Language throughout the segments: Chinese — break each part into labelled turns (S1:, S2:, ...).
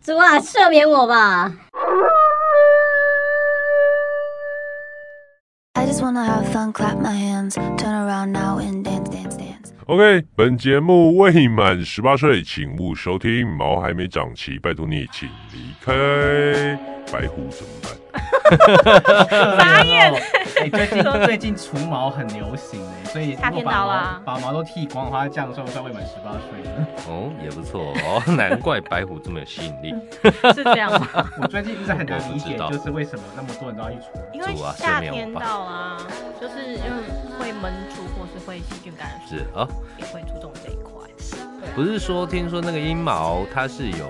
S1: 主啊，赦免我吧！
S2: I just wanna have fun, clap my hands, turn around now and dance, dance, dance.
S3: OK，本节目未满十八岁，请勿收听。毛还没长齐，拜托你，请离开。白虎怎么办？
S4: 傻眼！哎，最近最近除毛很流行哎，所以
S5: 夏
S4: 如果
S5: 天
S4: 把
S5: 到
S4: 毛
S5: 啦
S4: 把毛都剃光的话，这样算不算未满十八岁呢？
S6: 哦，也不错哦， 难怪白虎这么有吸引
S4: 嗯
S6: 力。
S5: 是这样 吗？
S4: 我最近一直很难理解，
S6: 我不
S4: 就
S6: 知道
S4: 是为什么那么多人都要去除毛。
S5: 因为
S6: 主啊
S5: 夏
S6: 赦免
S5: 天
S6: 我吧
S5: 到啦，就是因为会闷出或是会细菌感染，
S6: 是啊、
S5: 也会注重这一块。
S6: 不是说听说那个阴毛它是有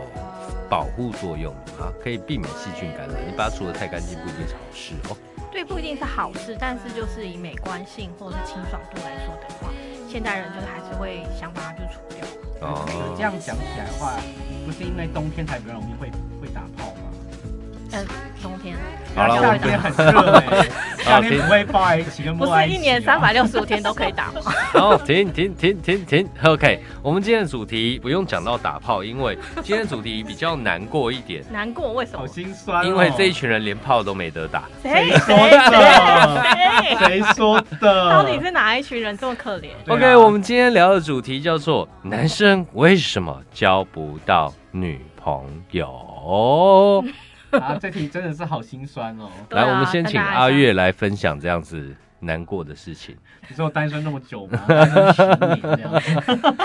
S6: 保护作用的吗？可以避免细菌感染。你把它除得太干净，不一定是好事哦。
S5: 对，不一定是好事，但是就是以美观性或者是清爽度来说的话，现代人就是还是会想把它就除掉。
S6: 哦
S4: 可嗯这样讲起来的话，不是因为冬天才比较容易会会打泡吗？
S5: 嗯，冬天
S6: 好了，我
S4: 夏
S6: 们
S4: 天很热 哎，夏天不会抱在一起跟
S5: 不
S4: 摸在
S5: 是
S4: 一起
S5: 一
S4: 啊
S5: 年三百六十五天都可以 打吗？
S6: 好，停停停停停，OK，我们今天的主题不用讲到打炮，因为今天的主题比较难过 一点，
S5: 难过，为什
S4: 好
S5: 么？
S4: 心酸哦。
S6: 因为这一群人连炮都没得打。
S5: 谁
S4: 谁说的？
S5: 谁谁？
S4: 谁说的？
S5: 到底是哪一群人这么可怜？
S4: 对啊
S6: OK，我们今天聊的主题叫做男生为什么交不到女朋友。
S4: 啊，这题真的是好心酸哦。
S5: 对
S6: 来，
S5: 啊
S6: 我们先请
S5: 跟大家
S6: 阿月来分享这样子难过的事情。
S4: 你说我单身那么久吗？单身十年这样，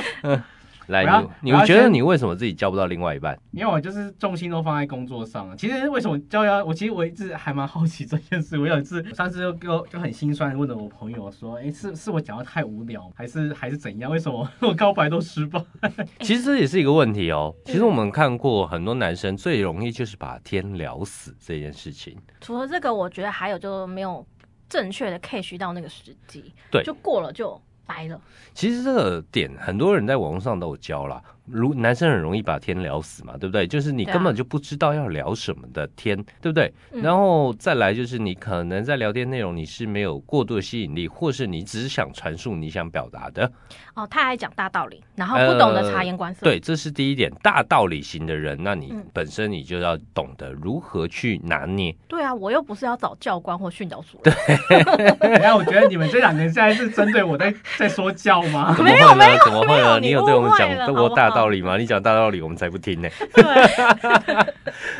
S6: 来，
S4: 我要
S6: 你
S4: 我
S6: 你
S4: 要
S6: 觉得
S4: 先
S6: 你为什么自己交不到另外一
S5: 哎
S6: 半？
S4: 因为我就是重心都放在工作上了。其实为什么教要我？其实我一直还蛮好奇这件事。我有一次上次就跟我就很心酸地问了我朋友说：“哎、是是我讲的太无聊，还是还是怎样？为什么我告白都失败？
S6: 其实这也是一个问题哦。
S5: 嗯
S6: 其实我们看过很多男生最容易就是把天聊死这件事情。
S5: 除了这个，我觉得还有就没有正确的 catch 到那个时机，
S6: 对
S5: 就过了就白了。
S6: 其实这个点很多人在网络上都有教啦，如男生很容易把天聊死嘛，对不对？就是你
S5: 对啊
S6: 根本就不知道要聊什么的天，对不对？
S5: 嗯
S6: 然后再来就是你可能在聊天内容你是没有过度的吸引力，或是你只想传述你想表达的，
S5: 哦，太爱讲大道理，然后不懂得察言观色。
S6: 呃对，这是第一点。大道理型的人，那你
S5: 嗯
S6: 本身你就要懂得如何去拿捏。
S5: 对啊，我又不是要找教官或训导主任，
S4: 然后我觉得你们这两个人现在是针对我在在说教吗？
S6: 怎么
S5: 没
S6: 会
S5: 有没
S6: 呢
S5: 有？
S6: 怎么会
S5: 没
S6: 呢？
S5: 有
S6: 你
S5: 你
S6: 有对我们
S5: 误会了
S6: 讲
S5: 好
S6: 过
S5: 不
S6: 大
S5: 好
S6: 道理吗？你讲大道理，我们才不听呢。
S5: 对，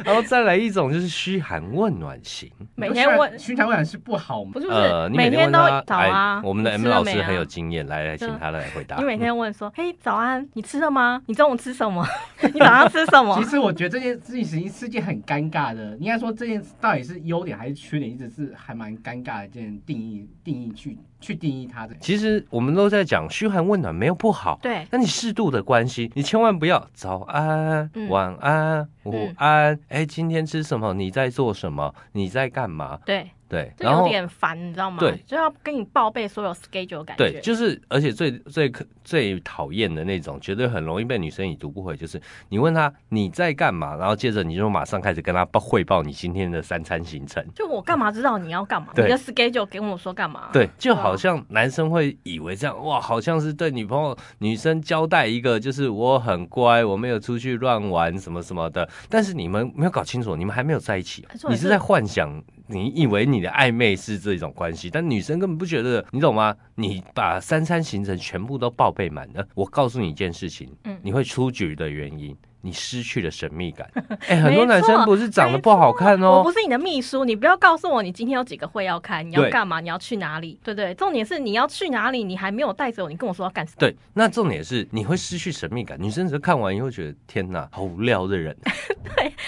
S6: 然后再来一种就是嘘寒问暖型。
S5: 每天问，
S4: 寻常问是不好吗？
S5: 不是不
S6: 呃，
S5: 是，
S6: 你每
S5: 天
S6: 问
S5: 都
S6: 他，哎
S5: 早啊。
S6: 我们的
S5: 你
S6: M
S5: 吃了
S6: 老
S5: 没
S6: 师
S5: 啊
S6: 很有经验，来来，请
S5: 嗯
S6: 他来回答。
S5: 你 每
S6: 嗯
S5: 天问说：“嘿，早安，你吃了吗？你中午吃什么？ 你早上吃什么
S4: 其实我觉得这件事情是件很尴尬的，应该说这件到底是优点还是缺点，一直是还蛮尴尬的一件定义定义去去定义它的。
S6: 其实我们都在讲嘘寒问暖没有不好？”，
S5: 对，
S6: 那你适度的关心，你千万不要早安、
S5: 嗯
S6: 晚安、午安，哎，今天吃什么？你在做什么？你在干嘛？
S5: 对，
S6: 对，
S5: 这
S6: 然
S5: 有
S6: 后。
S5: 点烦，你知道吗？
S6: 对，
S5: 就要跟你报备所有 schedule 的感觉。
S6: 对，就是，而且最最可最讨厌的那种，绝对很容易被女生已读不回。就是你问她你在干嘛，然后接着你就马上开始跟她报汇报你今天的三餐行程。
S5: 就我干嘛知道你要干嘛？你
S6: 对
S5: 的 schedule 跟我说干嘛？，
S6: 对，就
S5: 对啊
S6: 好像男生会以为这样，哇，好像是对女朋友、女生交代一个，就是我很乖，我没有出去乱玩什么什么的。但是你们没有搞清楚，你们还没有在一起哦、
S5: 哎重
S6: 你
S5: 点
S6: 是
S5: 是
S6: 在幻想，你以为你的暧昧是这种关系，但女生根本不觉得，你懂吗？你把三餐行程全部都报备满了，我告诉你一件事情，
S5: 嗯
S6: 你会出局的原因。你失去了神 秘感，哎、
S5: 没
S6: 很多男生
S5: 错
S6: 不是长得
S5: 没
S6: 不好看哦，
S5: 我不是你的秘书，你不要告诉我你今天有几个会要开，你要
S6: 对
S5: 干嘛，你要去哪里？对对，重点是你要去哪里，你还没有带着我，你跟我说要干什么？
S6: 对，那重点是你会失去神秘感。女生只是看完以后觉得天哪，好无聊的人。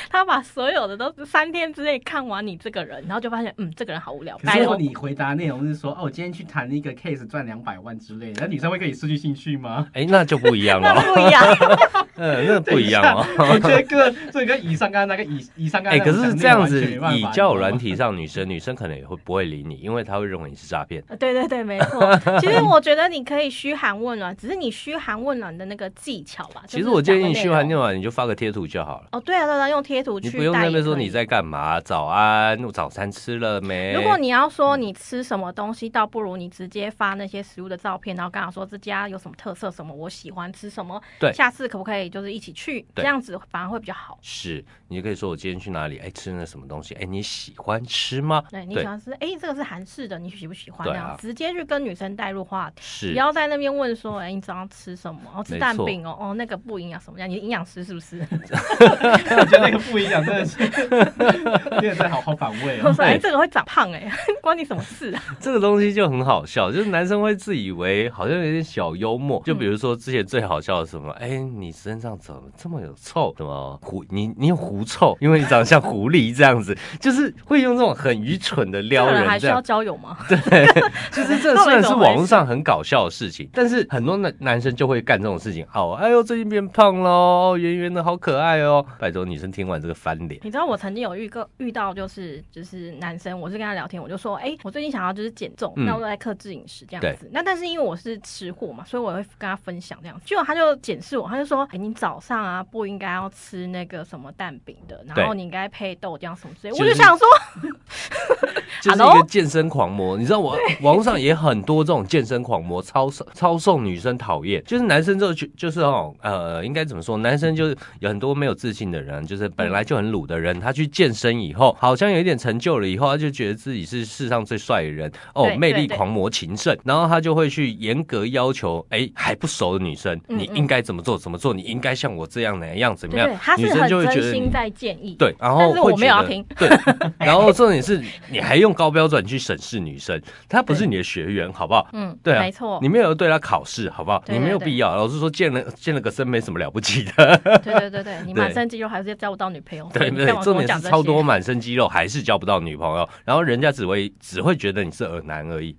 S5: 他把所有的都是三天之内看完你这个人，然后就发现，嗯，这个人好无聊，
S4: 可是
S5: 拜
S4: 如果
S5: 了。
S4: 你回答内容是说，哦，我今天去谈了一个 case 赚两百万之类的，那女生会跟你失去兴趣吗？
S6: 哎，那就不一样
S5: 那
S6: 了，
S5: 不一样，
S6: 嗯，那 不一样哦。
S4: 我觉得个这跟以上刚刚那个以以上刚
S6: 哎，
S4: 刚那
S6: 可
S4: 个
S6: 是
S4: 讲
S6: 这
S4: 内容
S6: 样
S4: 完
S6: 子
S4: 全没办法，
S6: 以交友软
S4: 你知道吗
S6: 体上女生，女生可能也会不会理你，因为她会认为你是诈骗。
S5: 对对对，没错。其实我觉得你可以嘘寒问暖，只是你嘘寒问暖的那个技巧吧。
S6: 其实我建议你
S5: 你
S6: 去完念完，你就发个贴图就好了。
S5: 哦，对啊，对啊，用贴图去
S6: 你不用
S5: 带
S6: 在那
S5: 也
S6: 边说
S5: 可以
S6: 你在干嘛，早安，早餐吃了没？
S5: 如果你要说你吃什么东西，倒不如你直接发那些食物的照片，然后跟他说这家有什么特色，什么我喜欢吃什么。
S6: 对
S5: 下次可不可以就是一起去？这
S6: 对
S5: 样子反而会比较好。
S6: 是，你就可以说我今天去哪里，哎，吃了什么东西，哎，你喜欢吃吗？
S5: 对你想是，哎、这个是韩式的，你喜不喜欢？
S6: 对
S5: 这
S6: 啊
S5: 样、直接去跟女生带入话题，
S6: 是
S5: 不，要在那边问说，哎、你早上吃什么？哦，吃
S6: 没
S5: 蛋
S6: 错
S5: 饼哦，哦，那个不营养什么样？你营养师是不 是？
S4: 我觉得那个不一样，真的是， 真的是好好反胃
S5: 我
S4: 哦。
S5: 说，哎、
S6: 对
S5: 这个会长胖哎、 关你什么事 啊？
S6: 这个东西就很好笑，就是男生会自以为好像有点小幽
S5: 嗯
S6: 默，就比如说之前最好笑的什么，哎、你身上怎么这么有臭？什么狐？你你有狐臭，因为你长得像狐狸这样子， 就是会用这种很愚蠢的
S5: 这
S6: 撩
S5: 个人还需
S6: 人这
S5: 要
S6: 样。
S5: 交友吗？
S6: 就是这
S5: 到底
S6: 虽然
S5: 怎
S6: 是
S5: 么
S6: 网
S5: 回
S6: 络
S5: 事
S6: 上很搞笑的事 情，但是很多男男生就会干这种事情。哦，哎呦，最近变胖喽，圆圆的好可爱哦。拜托，女生听完这个翻脸。
S5: 你知道我曾经有遇个遇到就是就是男生，我是跟他聊天，我就说，哎、我最近想要就是减重，
S6: 嗯
S5: 那我都在克制饮食这样子。那但是因为我是吃货嘛，所以我会跟他分享这样子。结果他就检视我，他就说，哎、你早上啊不应该要吃那个什么蛋饼的，然后
S6: 对
S5: 你应该配豆浆什么之类。
S6: 就是
S5: 我就想说，
S6: 就是一
S5: Hello？
S6: 个健身狂魔，你知道网 网络上也很多这种健身狂魔，超受超受女生讨厌。就是男生就就是哦，呃，应该怎么说？男生就是有很多没有自信的人，就是
S5: 嗯
S6: 本来就很鲁的人，他去健身以后，好像有一点成就了以后，他就觉得自己是世上最帅的人哦
S5: 对，
S6: 魅力
S5: 对对
S6: 狂魔情圣，然后他就会去严格要求，哎，还不熟的女生，
S5: 嗯
S6: 你
S5: 嗯
S6: 应该怎么做怎么做，你应该像我这样哪样怎么
S5: 对
S6: 样
S5: 对，他，
S6: 女
S5: 是
S6: 生
S5: 很
S6: 就会觉
S5: 真
S6: 得
S5: 心
S6: 你。
S5: 在建议。
S6: 对，然
S5: 但
S6: 后
S5: 是
S6: 会
S5: 我没
S6: 觉
S5: 有要
S6: 得
S5: 听
S6: 对，然后重点是你还用高标准去审视女生，她不是你的学员，好不好？
S5: 嗯，
S6: 对啊
S5: 没错
S6: 你，没有对她考试，好不好？
S5: 对
S6: 你
S5: 对
S6: 没有
S5: 对
S6: 必要。老师说健了健了个身没什么了不起的，
S5: 对对对 对，你满身肌肉还是交不到女朋友，所
S6: 对
S5: 以你
S6: 对
S5: 干嘛，跟
S6: 重
S5: 我
S6: 点
S5: 讲
S6: 是
S5: 这
S6: 超
S5: 些
S6: 多满身肌肉还是交不到女朋友，然后人家只会只会觉得你是耳男而已。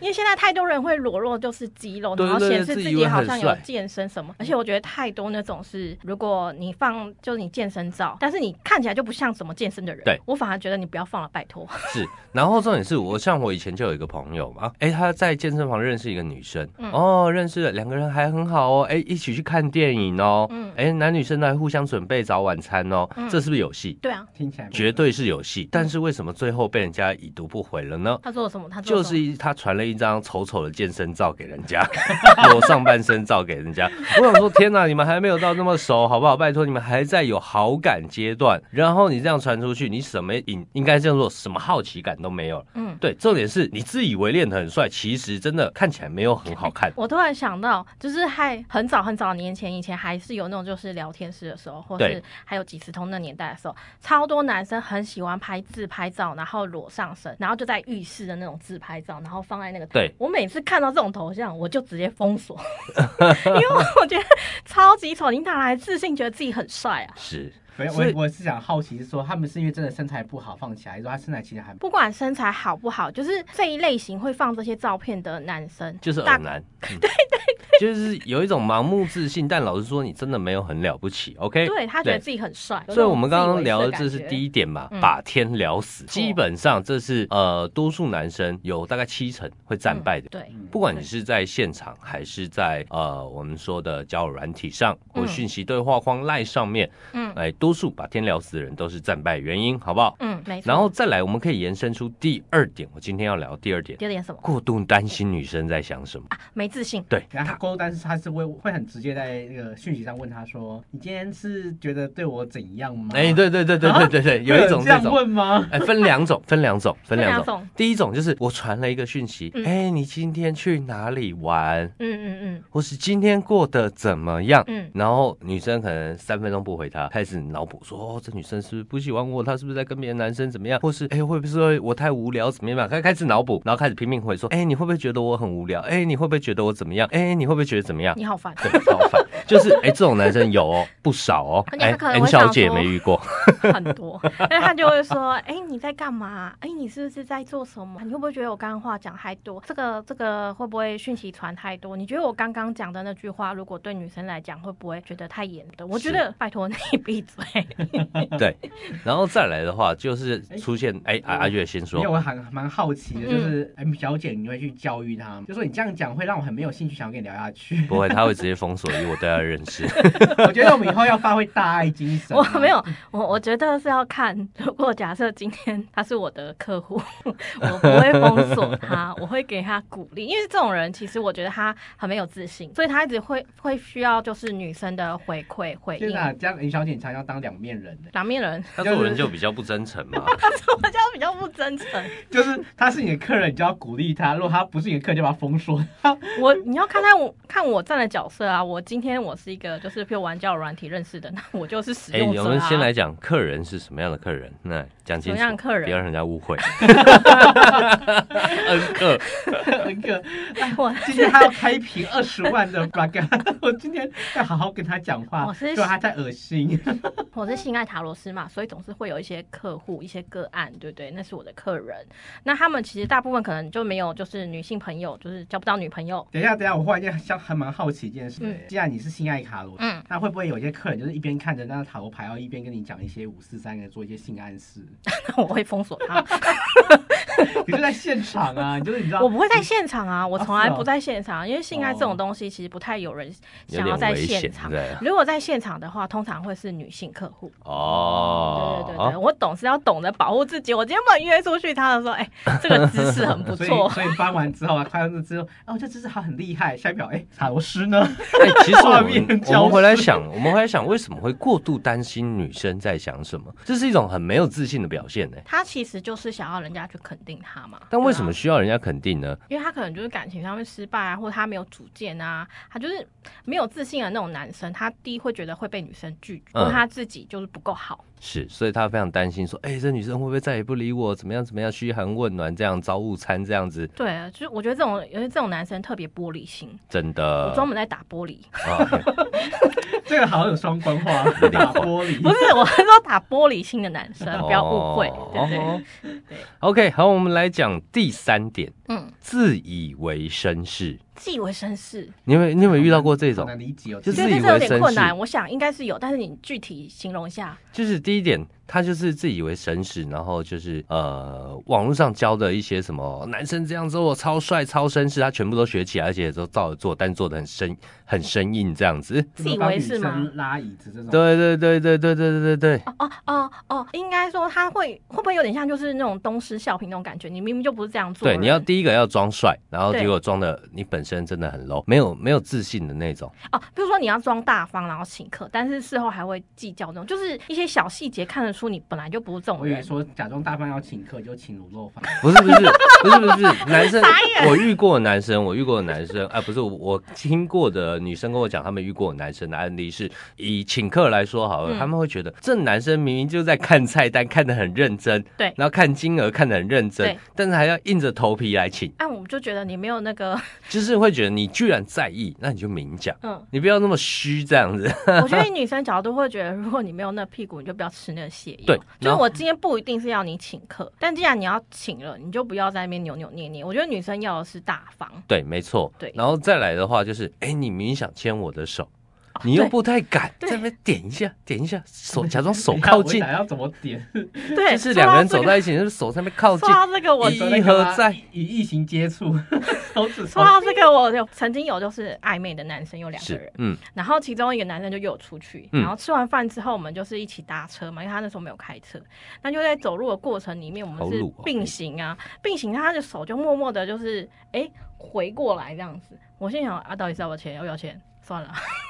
S5: 因为现在太多人会裸露，就是肌肉，
S6: 对
S5: 然后
S6: 对对
S5: 显示
S6: 自
S5: 自
S6: 以为
S5: 己
S6: 很
S5: 好像有
S6: 帅
S5: 健身什么。而且我觉得太多那种是，如果你放就是你健身照，但是你看起来就不像什么健身的人，
S6: 对
S5: 我反而觉得你不要放了，拜托。
S6: 是，然后重点是我像我以前就有一个朋友嘛，哎，他在健身房认识一个女生，
S5: 嗯
S6: 哦，认识了两个人还很好哦，哎，一起去看电影哦，
S5: 嗯
S6: 哎，男女生都还互相准备早晚餐哦，
S5: 嗯
S6: 这是不是有戏？
S5: 对啊，
S4: 听起来不
S6: 绝对是有戏，但是为什么最后被人家已读不回了呢？
S5: 他做了什么？他做
S6: 就
S5: 了什
S6: 是
S5: 么
S6: 一他传了一张丑丑的健身照给人家， 裸上半身照给人家。我想说，天哪，你们还没有到那么熟，好不好？拜托，你们还在有好感阶段，然后你这样传出去，你什么应应该叫做什么好奇感都没有。
S5: 嗯。
S6: 对，重点是你自以为练得很帅，其实真的看起来没有很好看。
S5: 我突然想到，就是还很早很早年前，以前还是有那种就是聊天室的时候，或
S6: 对
S5: 是还有即时通那年代的时候，超多男生很喜欢拍自拍照，然后裸上身，然后就在浴室的那种自拍照，然后放在那个
S6: 对
S5: 我每次看到这种头像，我就直接封 锁，因为我觉得超级丑，你哪来自信觉得自己很帅啊？
S6: 是，
S4: 没有，
S6: 所以
S4: 我我是想好奇是说，他们是因为真的身材不好放弃，还是说他身材其实还不
S5: 不管身材好不好，就是这一类型会放这些照片的男生，
S6: 就是
S5: 大
S6: 耳男，对对对，就是有一种盲目自信，但老实说，你真的没有很了不起。OK，
S5: 对他觉得
S6: 对
S5: 自己很帅。
S6: 所以我们刚刚聊的这是
S5: 一，
S6: 第一点嘛，
S5: 嗯
S6: 把天聊死。
S5: 错
S6: 基本上这是呃，多数男生有大概七成会战败的。
S5: 嗯
S6: 嗯
S5: 对，
S6: 不管你是在现场还是在呃我们说的交友软体上或
S5: 嗯
S6: 讯息对话框赖上面，
S5: 嗯
S6: 哎，多数把天聊死的人都是战败原因，好不好？
S5: 嗯，没错。
S6: 然后再来，我们可以延伸出第二点，我今天要聊第二点，
S5: 有点什么啊
S6: 过度担心女生在想什么。
S5: 没自信，
S6: 对，
S4: 然后他勾，但是他是会会很直接在那个讯息上问他说：“你今天是觉得对我怎样吗？”
S6: 哎，对对对对对对
S5: 哦
S6: 对，
S4: 会
S6: 有一种
S4: 这样
S6: 种
S4: 问吗？
S6: 哎，分两种，分两种，分
S5: 分
S6: 两
S5: 两
S6: 种
S5: 种。
S6: 第一种就是我传了一个讯息，哎、
S5: 嗯
S6: 你今天去哪里玩，
S5: 嗯嗯嗯，
S6: 或是今天过得怎么样？
S5: 嗯
S6: 然后女生可能三分钟不回他，开始脑补说，哦，这女生是不是不喜欢我？她是不是在跟别的男生怎么样？或是哎，会不会我太无聊怎么样？她开始脑补，然后开始拼命回说，哎，你会不会觉得我很无聊？哎，你会不会觉得我怎么样？哎，你会不会觉得怎么样？
S5: 你好 烦。
S6: 对，超烦，就是哎，这种男生有哦，不少哦，
S5: 而且
S6: 哎
S5: 他可能
S6: ，N
S5: 会想
S6: 小姐
S5: 说
S6: 没遇过，
S5: 很多，但他就会说：“哎、你在干嘛？哎、你是不是在做什么？你会不会觉得我刚刚话讲太多？这个这个会不会讯息传太多？你觉得我刚刚讲的那句话，如果对女生来讲，会不会觉得太严的？我觉得拜托你闭嘴。
S6: 对，然后再来的话就是出现，哎，阿
S4: 我
S6: 阿月先说
S4: 因为，我还蛮好奇
S5: 嗯
S4: 的，就是哎，小姐，你会去教育他吗？就说你这样讲会让我很没有兴趣，想要跟你聊下去。
S6: 不会，他会直接封锁，以我对他要认识。
S4: 我觉得我们以后要发挥大爱精神。啊
S5: 我没
S6: 嗯
S5: 有，我我觉得是要看， 如果假设今天他是我的客户， 我不会封锁他，我会给他鼓励，因为这种人其实我觉得他很没有自信，所以他一直会会需要就是女生的回馈回
S4: 天
S5: 应。
S4: 哪，啊这样林小姐常要当两面人呢，
S5: 两面人，
S6: 他做人就比较不真诚嘛。
S5: 我这样比较不真诚。
S4: 就是他是你的客人，你就要鼓励他；如果他不是你的客人，就把他封锁。
S5: 我你要看看我看我站的角色啊，我今天我是一个就是譬如玩交友软体认识的，那我就是使
S6: 哎、
S5: 用者、啊
S6: 我们先来讲客人是什么样的客人，那讲
S5: 什
S6: 清
S5: 么
S6: 楚，
S5: 样的客
S6: 别让
S5: 人？
S6: 人家 误会。恩客，
S4: 很 可，
S5: 哎
S4: 啊
S5: 我
S4: 今天他要开一瓶二十万的 b r a g a 我今天要好好跟他讲话，
S5: 我是
S4: 就他太恶心。
S5: 我
S6: 嗯
S5: 是性爱塔罗师嘛，所以总是会有一些客户、一些个案，对不对？那是我的客人，那他们其实大部分可能就没有就是女性朋友，就是交不到女朋友。
S4: 等一下，等一下，我忽然间想还蛮好奇一件事
S5: 嗯，
S4: 既然你是性爱卡罗，
S5: 嗯，
S4: 那会不会有些客人就是一边看着那塔罗牌，然后一边跟你讲一些五四三，跟做一些性暗示？
S5: 那我会封锁他，
S4: 你就在现场 啊，你就是你知道，
S5: 我不
S6: 嗯
S5: 会在现场啊，我从来
S4: 是哦
S5: 不在现场，因为性爱这种东西其实不太有人
S6: 哦有
S5: 想要
S6: 点
S5: 在
S6: 危
S5: 现
S6: 险
S5: 场。
S6: 对。
S5: 如果在现场的话，通常会是女性客户。
S6: 哦，
S5: 对对对对，我懂是要懂得保护自己。我今天不能约出去，他就说：“哎、这个姿势很不
S4: 所以
S5: 错。
S4: 所以翻完之后啊，翻完之后，哦，这只是他很厉害。下一秒，哎，塔罗师呢？
S6: 哎、其实我
S4: 画
S6: 们
S4: 面
S6: 我
S4: 消
S6: 们
S4: 失
S6: 回来想，我们回来想，为什么会过度担心女生在想什么？这是一种很没有自信的表现呢、”欸
S5: 他其实就是想要人家去肯定他嘛。
S6: 但为什
S5: 对啊
S6: 么需要人家肯定呢？
S5: 因为他可能就是感情上面失败啊，或者他没有主见啊，他就是没有自信的那种男生，他第一会觉得会被女生拒绝，
S6: 嗯
S5: 或他自己就是不够好。
S6: 是，所以他非常担心，说，哎、这女生会不会再也不理我？怎么样怎么样？嘘寒问暖，这样早午餐这样子，
S5: 对，啊就是我觉得这种，尤其这种男生特别玻璃心，
S6: 真的
S5: 我专门在打玻璃，
S6: 啊，
S4: 这个好像有双关 话，
S6: 有点
S4: 打
S6: 怪
S4: 玻璃
S5: 不。是，我是说打玻璃心的男生，不要误会，
S6: 哦
S5: 对不对？对
S6: OK，好，我们来讲第三点，
S5: 嗯，
S6: 自以为绅士。
S5: 自以为绅士，
S6: 你有没有你有没有遇到过这
S4: 好
S6: 种？
S4: 难理解哦，
S6: 就
S5: 我
S6: 自
S5: 觉
S6: 以
S5: 得
S6: 为
S5: 这是有点困
S6: 绅士
S5: 难。我想应该是有，但是你具体形容一下，
S6: 就是第一点，他就是自以为绅士，然后就是呃，网络上教的一些什么男生这样做我超帅、超绅士，他全部都学起来，而且都照着做，但做的很生很生硬这样子。
S4: 就是
S5: 自以
S4: 帮
S5: 为
S4: 女
S5: 是
S4: 生
S5: 吗
S4: 拉椅子这种，
S6: 对对对对对对对对对，
S5: 哦哦哦，应该说他会会不会有点像就是那种东施效颦那种感觉？你明明就不是这样做的
S6: 对，
S5: 人，
S6: 你要第一个要装帅，然后
S5: 对
S6: 结果装的你本身真的很 low，没有没有自信的那种。
S5: 哦，比如说你要装大方，然后请客，但是事后还会计较那种，就是一些小细节看得出你本来就不是这种
S4: 我以为
S5: 人。
S4: 说假装大方要请客就请卤肉饭，
S6: 不是不 是不是不是，男生我遇过的男生，我遇过的男生，啊，不是我我听过的女生跟我讲，他们遇过的男生的案例是，以请客来说好了，
S5: 嗯
S6: 他们会觉得这男生明明就在看菜单，看得很认真，
S5: 对
S6: 然后看金额看得很认真
S5: 对，
S6: 但是还要硬着头皮来请，
S5: 哎，我们就觉得你没有那 个，
S6: 就是会觉得你居然在意，那你就明讲，
S5: 嗯，
S6: 你不要那么虚这样子。
S5: 我觉得以女生角度会觉得，如果你没有那屁股，你就不要吃那个泻药。
S6: 对
S5: 就是
S6: 然后
S5: 我今天不一定是要你请客，但既然你要请了，你就不要在那边扭扭捏捏。我觉得女生要的是大 方，
S6: 对，没错。
S5: 对
S6: 然后再来的话就是，哎，你明明想牵我的手，
S5: 哦
S6: 你又
S5: 对
S6: 不太敢，
S5: 对
S6: 在那边 点一下，点一下，手假装手
S4: 等一下
S6: 靠
S4: 我
S6: 近。
S4: 想要怎么点？
S5: 对，
S6: 就
S5: 说
S6: 是两
S5: 到
S6: 个人
S5: 这
S6: 走在一起，就是手上面靠
S5: 说。
S6: 近
S5: 到这个，我
S6: 一
S4: 说那个啊
S6: 合在
S4: 与异性接触， 手指
S5: 说
S4: 头
S5: 到这个，我有曾经有就是暧昧的男生有两个人
S6: 是，，嗯，
S5: 然后其中一个男生就约我出去，
S6: 嗯
S5: 然后吃完饭之后，我们就是一起搭车嘛，因为他那时候没有开车，那就在走路的过程里面，我
S6: 好
S5: 们是
S6: 鲁哦
S5: 并行啊，并行，他的手就默默的，就是哎回过来这样子。我心想啊，到底是要不要牵？要不要牵？算了，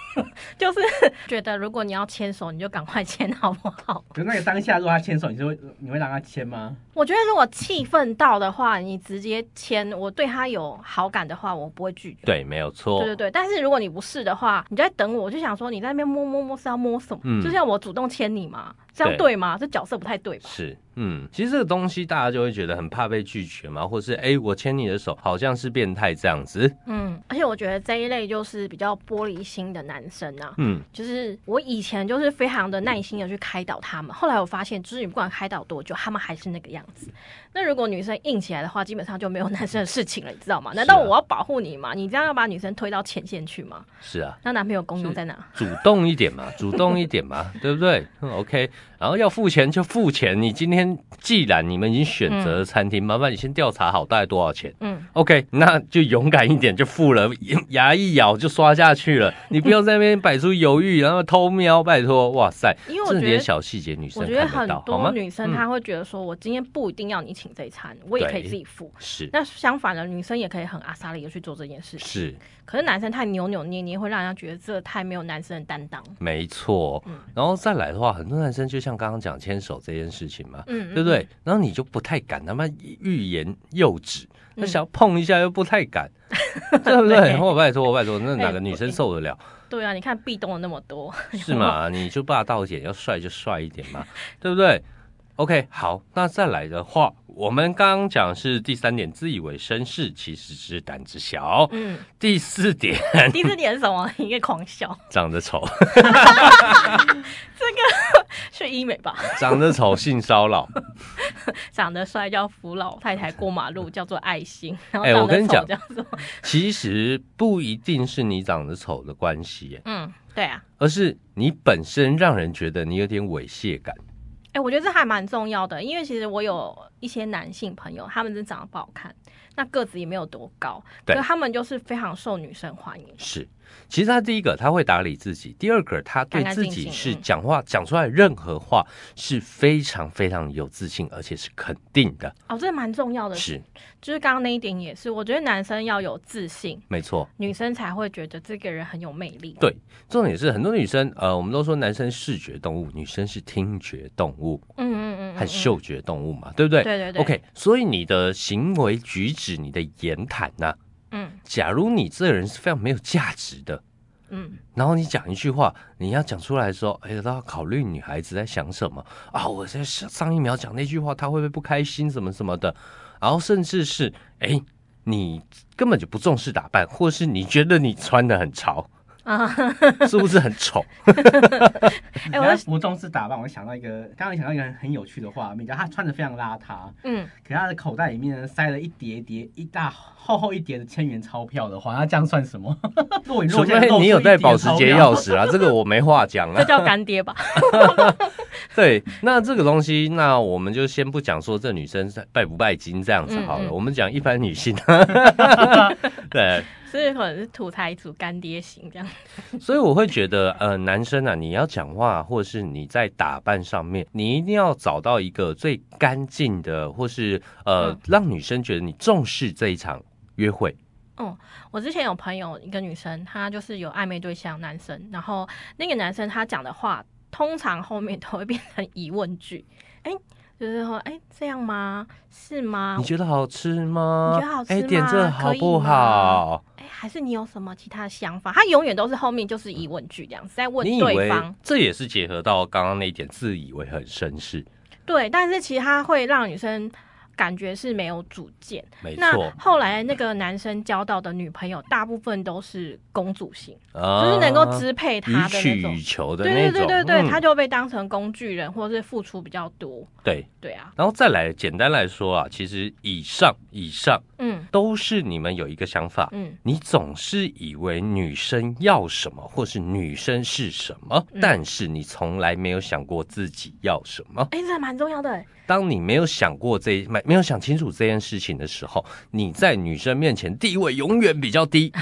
S5: 就是觉得如果你要牵手，你就赶快牵好不好？
S4: 可是那个当下，如果他牵手，你就会你会让他牵吗？
S5: 我觉得如果气氛到的话，你直接牵，我对他有好感的话，我不会拒绝。
S6: 对，没有错。
S5: 对对对，但是如果你不是的话，你就在等我，我就想说你在那边摸摸摸是要摸什么？
S6: 嗯
S5: 就是要我主动牵你嘛，这样对吗？这角色不太对吧？
S6: 是，嗯，其实这个东西大家就会觉得很怕被拒绝嘛，或是哎、我牵你的手好像是变态这样子，
S5: 嗯，而且我觉得这一类就是比较玻璃心的男生啊。
S6: 嗯，
S5: 就是我以前就是非常的耐心的去开导他们，后来我发现，就是你不管开导多久，他们还是那个样子。那如果女生硬起来的话，基本上就没有男生的事情了，你知道吗？难道我要保护你吗？你这样要把女生推到前线去吗？
S6: 是啊，
S5: 那男朋友功用在哪？
S6: 主动一点嘛，主动一点嘛，对不对嗯？OK，然后要付钱就付钱。你今天既然你们已经选择了餐厅，麻烦你先调查好大概多少钱。
S5: 嗯，
S6: OK，那就勇敢一点，就付了，牙一咬就刷下去了。你不要在那边摆出犹豫，然后偷瞄，拜托，哇塞，
S5: 因为我
S6: 这
S5: 觉
S6: 点
S5: 得。
S6: 小细节女
S5: 我
S6: 生
S5: 觉得
S6: 看
S5: 很
S6: 得到，好
S5: 多
S6: 吗？
S5: 女生
S6: 嗯
S5: 她会觉得说，我今天不一定要你请这一餐，我也可以自己付。
S6: 是
S5: 那相反的，女生也可以很阿萨里的去做这件事情。
S6: 是
S5: 可是男生太扭扭捏捏，会让人家觉得这太没有男生的担当。
S6: 没错
S5: 嗯，
S6: 然后再来的话，很多男生就像刚刚讲牵手这件事情嘛，
S5: 嗯，
S6: 对不对？然后你就不太敢，他妈欲言又止，
S5: 嗯
S6: 他想要碰一下又不太 敢，对不对？
S5: 对
S6: 我拜托，我拜托，那
S5: 哎
S6: 哪个女生受得了？
S5: 嗯？对啊，你看壁咚了那么多，
S6: 是嘛？你就霸道一点，要帅就帅一点嘛，对不对？OK，好，那再来的话，我们刚刚讲是第三点，自以为绅士，其实是胆子小。
S5: 嗯，
S6: 第四点，
S5: 第四点是什么？一个狂笑，
S6: 长得丑，
S5: 去医美吧。
S6: 长得丑性骚扰。
S5: 长得帅叫扶老太太过马 路，叫做爱心。然后
S6: 哎我
S5: 长
S6: 跟你
S5: 得丑
S6: 讲
S5: 叫做
S6: 其实不一定是你长得丑的关系耶，
S5: 嗯，对啊。
S6: 而是你本身让人觉得你有点猥亵感。
S5: 哎、我觉得这还蛮重要的，因为其实我有一些男性朋友，他们真长得不好看，那个子也没有多高，
S6: 对
S5: 可他们就是非常受女生欢迎。
S6: 是，其实他第一个他会打理自己，第二个他对
S5: 干干
S6: 自
S5: 净
S6: 己
S5: 净
S6: 是
S5: 嗯
S6: 讲话讲出来任何话是非常非常有自信，而且是肯定的。
S5: 哦，这蛮重要的，
S6: 是，
S5: 就是刚刚那一点也是，我觉得男生要有自信，
S6: 没错。
S5: 女生才会觉得这个人很有魅力。
S6: 对重点是很多女生，呃，我们都说男生视觉动物，女生是听觉动物
S5: 嗯嗯嗯嗯，
S6: 和
S5: 嗯。
S6: 嗅觉动物嘛，对不对？
S5: 对对对
S6: OK，所以你的行为举止、你的言谈呐、
S5: 嗯
S6: 假如你这个人是非常没有价值的，
S5: 嗯，
S6: 然后你讲一句话，你要讲出来的时候，哎，都要考虑女孩子在想什么啊。我在上上一秒讲那句话，她会不会不开心，什么什么的。然后甚至是，哎，你根本就不重视打扮，或是你觉得你穿的很潮，
S5: 啊，
S6: 是不是很丑？
S5: 哎
S4: 哎，
S5: 我在
S4: 我不重视打扮，我想到一个，刚刚想到一个很有趣的画面，就是他穿的非常邋遢，
S5: 嗯，
S4: 可是他的口袋里面塞了一叠叠、一大厚厚一叠的千元钞票的话，那这样算什 么？若隐
S6: 除
S4: 若现露
S6: 非
S4: 出
S6: 你
S4: 一
S6: 有带
S4: 叠
S6: 保时
S4: 钞
S6: 捷
S4: 票
S6: 钥匙啊，这个我没话讲
S5: 这
S6: 了。
S5: 叫干爹吧？
S6: 对，那这个东西，那我们就先不讲说这女生拜不拜金这样子好了，
S5: 嗯嗯
S6: 我们讲一般女性。啊对，
S5: 所以可能是土财主干爹型这样。
S6: 所以我会觉得，呃，男生啊，你要讲话或者是你在打扮上面，你一定要找到一个最干净的，或是呃，
S5: 嗯
S6: 让女生觉得你重视这一场约会。
S5: 我之前有朋友一个女生，她就是有暧昧对象男生，然后那个男生他讲的话，通常后面都会变成疑问句，哎、就是说，哎、这样吗？是吗
S6: 你？觉得好吃吗？
S5: 啊你觉得好吃
S6: 哎，
S5: 吗
S6: 点这个好不好？
S5: 哎、还是你有什么其他想法？他永远都是后面就是疑问句这样子在问
S6: 你以
S5: 对
S6: 为
S5: 方，
S6: 这也是结合到刚刚那一点，自以为很绅士，
S5: 对，但是其实他会让女生感觉是没有主见。
S6: 没
S5: 那
S6: 错，
S5: 后来那个男生交到的女朋友，大部分都是公主型，
S6: 啊
S5: 就是能够支配
S6: 予
S5: 他的
S6: 取
S5: 那种
S6: 予。求的那
S5: 对对
S6: 种，
S5: 对对对，
S6: 嗯
S5: 他就被当成工具人，或是付出比较多。
S6: 对。
S5: 对啊，
S6: 然后再来，简单来说啊，其实以上以上
S5: 嗯
S6: 都是你们有一个想法，
S5: 嗯
S6: 你总是以为女生要什么，或是女生是什么，
S5: 嗯
S6: 但是你从来没有想过自己要什么。
S5: 哎、这还蛮重要的欸。
S6: 当你没有想过这没没有想清楚这件事情的时候，你在女生面前地位永远比较低，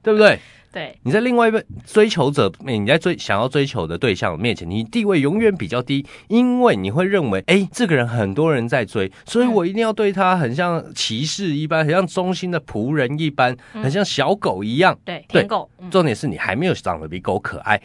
S6: 对不对？
S5: 对，
S6: 你在另外一位追求者，你在追想要追求的对象面前，你地位永远比较低，因为你会认为，哎，这个人很多人在追，所以我一定要对他很像骑士一般，很像忠心的仆人一般，很像小狗一样。
S5: 对，
S6: 对
S5: 舔狗，嗯，
S6: 重点是你还没有长得比狗可 爱，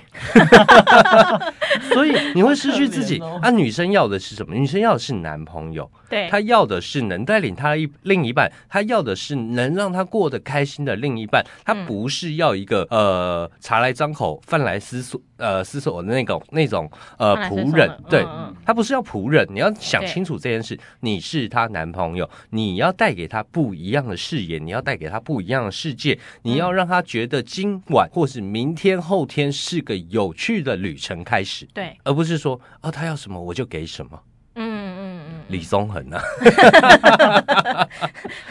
S6: 所以你会失去自己。
S4: 好可怜哦
S6: 啊，女生要的是什么？女生要的是男朋友，
S5: 对，
S6: 她要的是能带领她一另一半，她要的是能让她过得开心的另一半，她
S5: 嗯
S6: 不是要一个呃茶来张口饭来思索呃思索的那种那种呃
S5: 看来是
S6: 仆
S5: 送
S6: 人
S5: 了，
S6: 对。
S5: 嗯嗯
S6: 她不是要仆人，你要想
S5: 对
S6: 清楚这件事。你是她男朋友，你要带给她不一样的视野，你要带给她不一样的世界，你
S5: 嗯
S6: 要让她觉得今晚或是明天、后天是个有趣的旅程开始，
S5: 对，
S6: 而不是说啊，她要什么我就给什么。
S5: 嗯嗯嗯
S6: 李宗恒啊，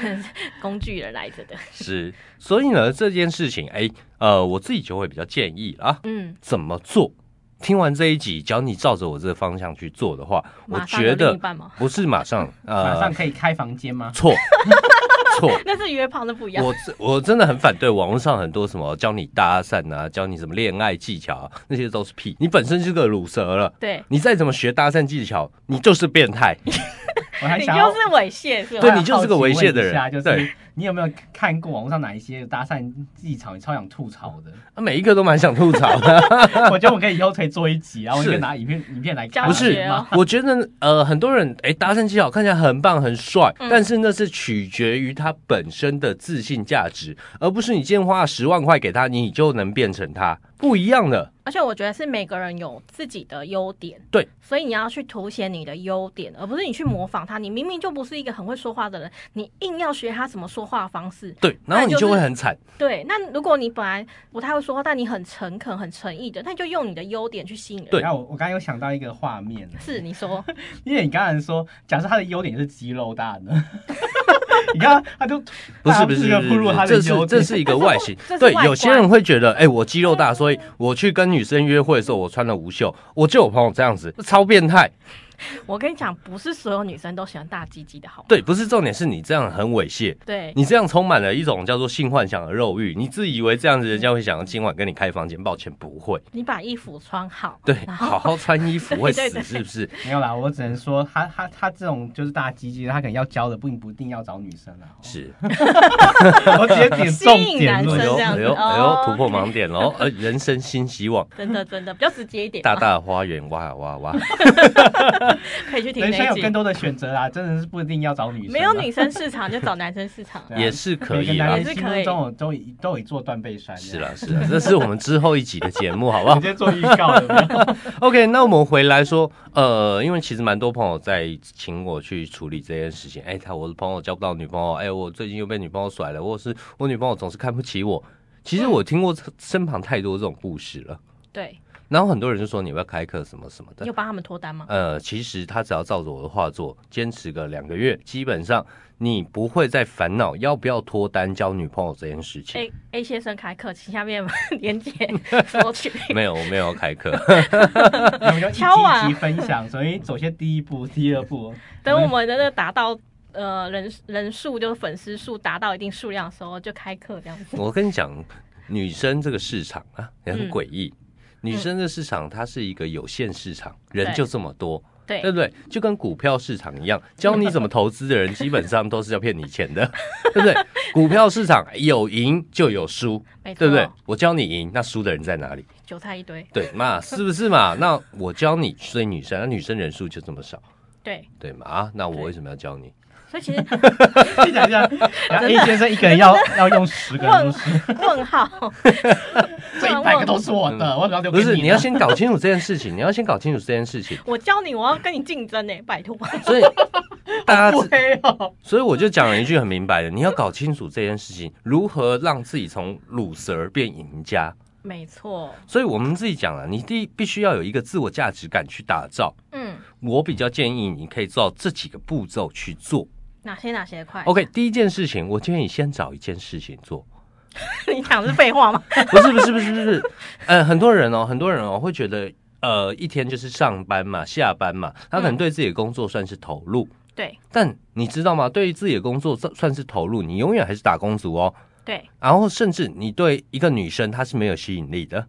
S5: 嗯， 工具人来着的，
S6: 是，所以呢，这件事情，哎，呃，我自己就会比较建议啊，
S5: 嗯
S6: 怎么做听完这一集，只要你照着我这个方向去做的话，我
S5: 马上
S6: 觉
S5: 有另一
S6: 得
S5: 半哦吗？
S6: 不是 马上，
S4: 马
S6: 呃
S4: 上，可以开房间吗？
S6: 错 错，
S5: 那是约炮，那不一样。
S6: 我真我真的很反对网络上很多什么教你搭讪啊，教你什么恋爱技巧、啊，那些都是屁。你本身就是个乳蛇了，
S5: 对，
S6: 你再怎么学搭讪技巧，你就是变态。
S4: 我还
S5: 你
S4: 想要
S5: 就。是猥亵是
S4: 我
S6: 对
S5: 吧？
S4: 还
S6: 你就 是个
S4: 好奇
S6: 猥亵
S4: 问
S6: 的
S4: 一
S6: 人
S4: 下就
S6: 对
S4: 是你有没有看过网络上哪一些搭讪技巧，你超想吐槽 的？
S6: 啊每一个都蛮想吐槽 的。
S4: 我觉得我可以以后可以做一集，然后我
S6: 是
S4: 就拿影片影片来看。
S5: 教
S6: 不是
S5: 学哦，
S6: 我觉得呃，很多人哎，搭讪技巧看起来很棒很帅，
S5: 嗯
S6: 但是那是取决于他本身的自信价值，而不是你今天花了十万块给他，你就能变成他，不一样的。
S5: 而且我觉得是每个人有自己的优点，
S6: 对，
S5: 所以你要去凸显你的优点，而不是你去模仿他。你明明就不是一个很会说话的人，你硬要学他怎么说话的方式。
S6: 对，然后你
S5: 那就是
S6: 就会很惨。
S5: 对，那如果你本来不太会说话，但你很诚恳、很诚意的，那你就用你的优点去吸引人。
S6: 对
S4: 然后我我刚刚有想到一个画面，
S5: 是你 说，
S4: 因为你刚才说，假设他的优点是肌肉大呢， 你看他就
S6: 不是
S4: 大家
S6: 不是，
S4: 就
S6: 不
S4: 暴露他的
S6: 这
S4: 优
S6: 是
S4: 点
S6: 这是一个外形
S5: 这。是
S6: 对
S5: 外，观
S6: 有些人会觉得，哎、我肌肉大，所以我去跟女生约会的时候，我穿了无袖。我就有朋友这样子，超变态。
S5: 我跟你讲，不是所有女生都喜欢大鸡鸡的，好吗？
S6: 对，不是重点，是你这样很猥亵，
S5: 对，
S6: 你这样充满了一种叫做性幻想的肉欲。你自以为这样子，人家会想要今晚跟你开房间，抱歉，不会。
S5: 你把衣服穿好，
S6: 对，
S5: 然
S6: 好
S5: 后
S6: 好穿衣服会
S5: 对对
S6: 死
S5: 对
S6: 是不是？
S4: 没有啦，我只能说他他他这种就是大鸡鸡，他可能要教的不不一定要找女生啦。
S6: 是，
S4: 我直接点
S5: 吸
S4: 重
S5: 引
S4: 点
S5: 男
S4: 是不
S5: 生
S4: 是
S6: 哎呦
S5: 这样
S6: 哎
S5: 子
S6: 呦哎呦
S5: 哦，
S6: 突破盲点喽！呃，人生新希望，
S5: 真的真的比较直接一点嘛，
S6: 大大的花园，哇哇哇！
S5: 可以去听
S4: 人生
S5: 那
S4: 有
S5: 一
S4: 更
S5: 集。
S4: 多的选择啦，真的是不一定要找女生啦。，
S5: 没有女生市场就找男生市场
S4: 对啊
S6: 也是可
S4: 每个
S6: 以啦
S4: 男
S5: 也
S4: 人
S5: 是
S4: 心
S5: 可
S4: 目
S5: 以
S4: 中有都有都有一座断背山。
S6: 是啦，是啦，这是我们之后一集的节目，好不好
S4: 直？接做预告了 没有。
S6: OK，那我们回来说，呃，因为其实蛮多朋友在请我去处理这件事情。哎、他我的朋友交不到女朋友，哎、我最近又被女朋友甩了，或者是我女朋友总是看不起我。其实我听过身旁太多这种故事了，
S5: 对，
S6: 然后很多人就说你要不要开课什么什么
S5: 你
S6: 的
S5: 有。帮他们脱单吗？
S6: 呃，其实他只要照着我的话做，坚持个两个月，基本上你不会再烦恼要不要脱单交女朋友这件事情。
S5: A A 先生开课，请下面连接 索取。
S6: 没有，我没有要开课。
S4: 我们就一集
S5: 敲碗
S4: 一集分享，所以走些第一步、第二步。
S5: 等我们的那个达到呃人人数，就是粉丝数达到一定数量的时候，就开课这样 子。
S6: 我跟你讲，女生这个市场啊也
S5: 嗯
S6: 很诡异。女生的市场它是一个有限市场，人就这么多，
S5: 对
S6: 对不对？就跟股票市场一样，教你怎么投资的人基本上都是要骗你钱 的，对不对？股票市场有赢就有输，
S5: 没错，
S6: 对不对？我教你赢，那输的人在哪里？
S5: 韭菜一堆，
S6: 对嘛？是不是嘛？那我教你追女生，那女生人数就这么少，
S5: 对，
S6: 对嘛？啊，那我为什么要教你？
S5: 所以其实
S4: 你想一 下，然后 A 先生一个人要要用十个人
S5: 问
S4: 出
S5: 问号，
S4: 这一百个都是我的，我怎么要留
S6: 嗯不
S4: 给
S6: 是，
S4: 你
S6: 你
S4: 呢
S6: 要先搞清楚这件事情，你要先搞清楚这件事情。
S5: 我教你，我要跟你竞争呢、拜托。
S6: 所以大家知
S4: 对哦，
S6: 所以我就讲了一句很明白的，你要搞清楚这件事情，如何让自己从乳蛇变赢家。
S5: 没错，
S6: 所以我们自己讲了，你第必须要有一个自我价值感去打造。
S5: 嗯，
S6: 我比较建议你可以照这几个步骤去做。
S5: 哪些哪些快
S6: OK，第一件事情，我建议你先找一件事情做。
S5: 你讲的是废话吗？
S6: 不是不是不是不是， 呃，很多人哦，很多人哦会觉得，呃，一天就是上班嘛，下班嘛，他可能对自己的工作算是投入，
S5: 对
S6: 但你知道吗？对于自己的工作算算是投入，你永远还是打工族哦。
S5: 对，
S6: 然后甚至你对一个女生她是没有吸引力的，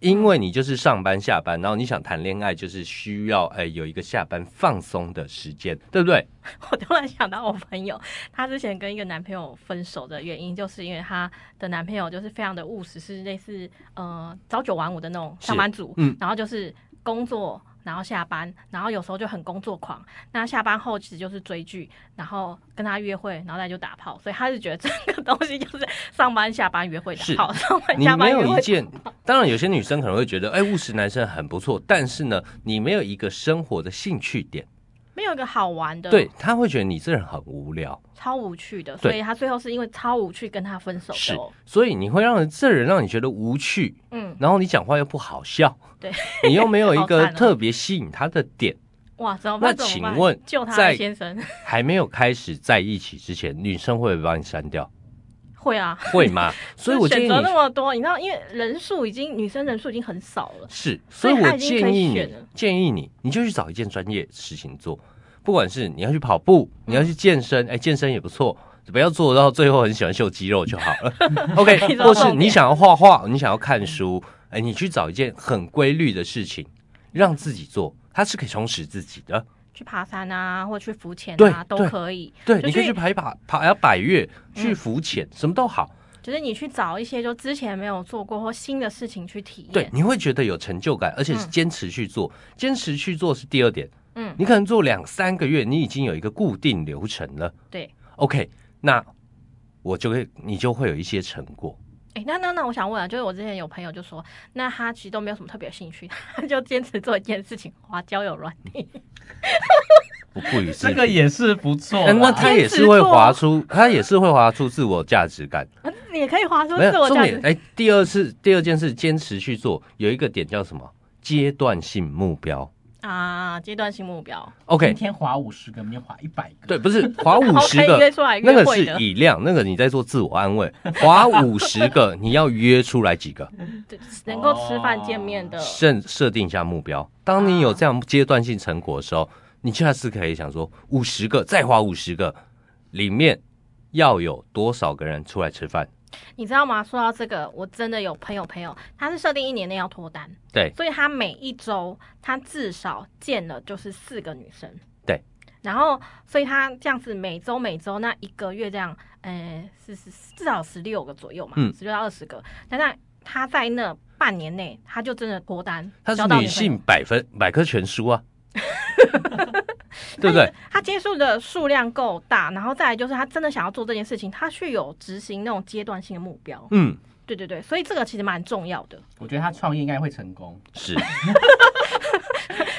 S6: 因为你就是上班下班，然后你想谈恋爱，就是需要哎有一个下班放松的时间，对不对？
S5: 我突然想到我朋友，她之前跟一个男朋友分手的原因，就是因为她的男朋友就是非常的务实，是类似呃朝九晚五的那种
S6: 是
S5: 上班族，
S6: 嗯
S5: 然后就是工作。然后下班，然后有时候就很工作狂。那下班后其实就是追剧，然后跟他约会，然后再就打炮。所以他是觉得这个东西就是上班、下班、约会、打
S6: 是
S5: 炮，上班、
S6: 你
S5: 下
S6: 没
S5: 班、约
S6: 有一
S5: 会。
S6: 件，当然有些女生可能会觉得，哎，务实男生很不错，但是呢，你没有一个生活的兴趣点，
S5: 没有一个好玩的，
S6: 对，，她会觉得你这人很无聊，
S5: 超无趣的。
S6: 对
S5: 所以他最后是因为超无趣跟他分手
S6: 是
S5: 的、哦。，
S6: 所以你会让人这人让你觉得无趣，
S5: 嗯，
S6: 然后你讲话又不好笑，
S5: 对，
S6: 你又没有一
S5: 好
S6: 个
S5: 惨哦
S6: 特别吸引她的点。
S5: 哇，怎么办？
S6: 那
S5: 怎么办
S6: 请问
S5: 救他
S6: 在
S5: 先生
S6: 还没有开始在一起之前，女生会不会把你删掉？
S5: 会啊，
S6: 会吗？所以我建
S5: 选
S6: 议
S5: 择
S6: 你
S5: 那么多，你知道，因为人数已经女生人数已经很少了。
S6: 是，
S5: 所
S6: 所以
S5: 以
S6: 我
S5: 他已经可
S6: 建
S5: 以
S6: 议
S5: 选
S6: 你
S5: 了，
S6: 建议你，你就去找一件专业事情做，不管是你要去跑步，你要去健身，哎、健身也不错。不要做到最后很喜欢秀肌肉就好了 ，OK？
S5: 到
S6: 或是
S5: 重
S6: 你
S5: 点
S6: 想要画画，你想要看书，哎，你去找一件很规律的事情，让自己做，它是可以充实自己的。
S5: 去爬山啊，或去浮潜
S6: 对
S5: 啊，都
S6: 对
S5: 可以。
S6: 对，
S5: 就
S6: 你可以
S5: 去
S6: 去爬一爬，爬百越，去
S5: 嗯
S6: 浮潜，什么都好。
S5: 就是你去找一些就之前没有做过或新的事情去体
S6: 对
S5: 验，。
S6: 你会觉得有成就感，而且是
S5: 嗯
S6: 坚持去做。坚持去做是第二点，
S5: 嗯，
S6: 你可能做两三个月，你已经有一个固定流程了。
S5: 对。
S6: OK，那我就会你就会有一些成果。
S5: 哎、那那那，我想问啊，就是我之前有朋友就说，那他其实都没有什么特别兴趣，他就坚持做一件事情，滑交友软体。
S6: 不不予置
S4: 这个
S6: 评。
S4: 也啊是不错啦。
S6: 嗯，那他也是会划出，他也是会划出自我价值感。
S5: 你也可以滑出
S6: 没有
S5: 自我
S6: 重
S5: 价
S6: 点，
S5: 值。
S6: 哎，第二是第二件事，坚持去做，有一个点叫什么？阶段性目标。
S5: 啊，阶段性目标。
S6: OK，
S4: 今天划五十个，明天划一百个。
S6: 对，不是划五
S5: 好，可
S6: 十
S5: 以
S6: 个
S5: 约，出来
S6: 那
S5: 约
S6: 个
S5: 会
S6: 是
S5: 的，
S6: 以量，那个你在做自我安慰。 划五十个，你要约出来几个？
S5: 对能够吃饭见面的。
S6: 设设定一下目标。当你有这样阶段性成果的时候，你下次可以想说，五十个再划五十个，里面要有多少个人出来吃饭？
S5: 你知道吗？说到这个，我真的有朋友朋友，他是设定一年内要脱单，
S6: 对
S5: 所以他每一周他至少见了就是四个女生，
S6: 对。
S5: 然后，所以他这样子每周每周那一个月这样，呃，是是至少十六个左右嘛
S6: 嗯，
S5: 十六到二十个。但那他在那半年内，他就真的脱单，
S6: 它是
S5: 交到
S6: 女
S5: 女朋友
S6: 性百分百科全 书啊，对不对？
S5: 他接触的数量够大，然后再来就是他真的想要做这件事情，他去有执行那种阶段性的目标。
S6: 嗯，
S5: 对对对，所以这个其实蛮重要的。
S4: 我觉得他创业应该会成 功，
S6: 是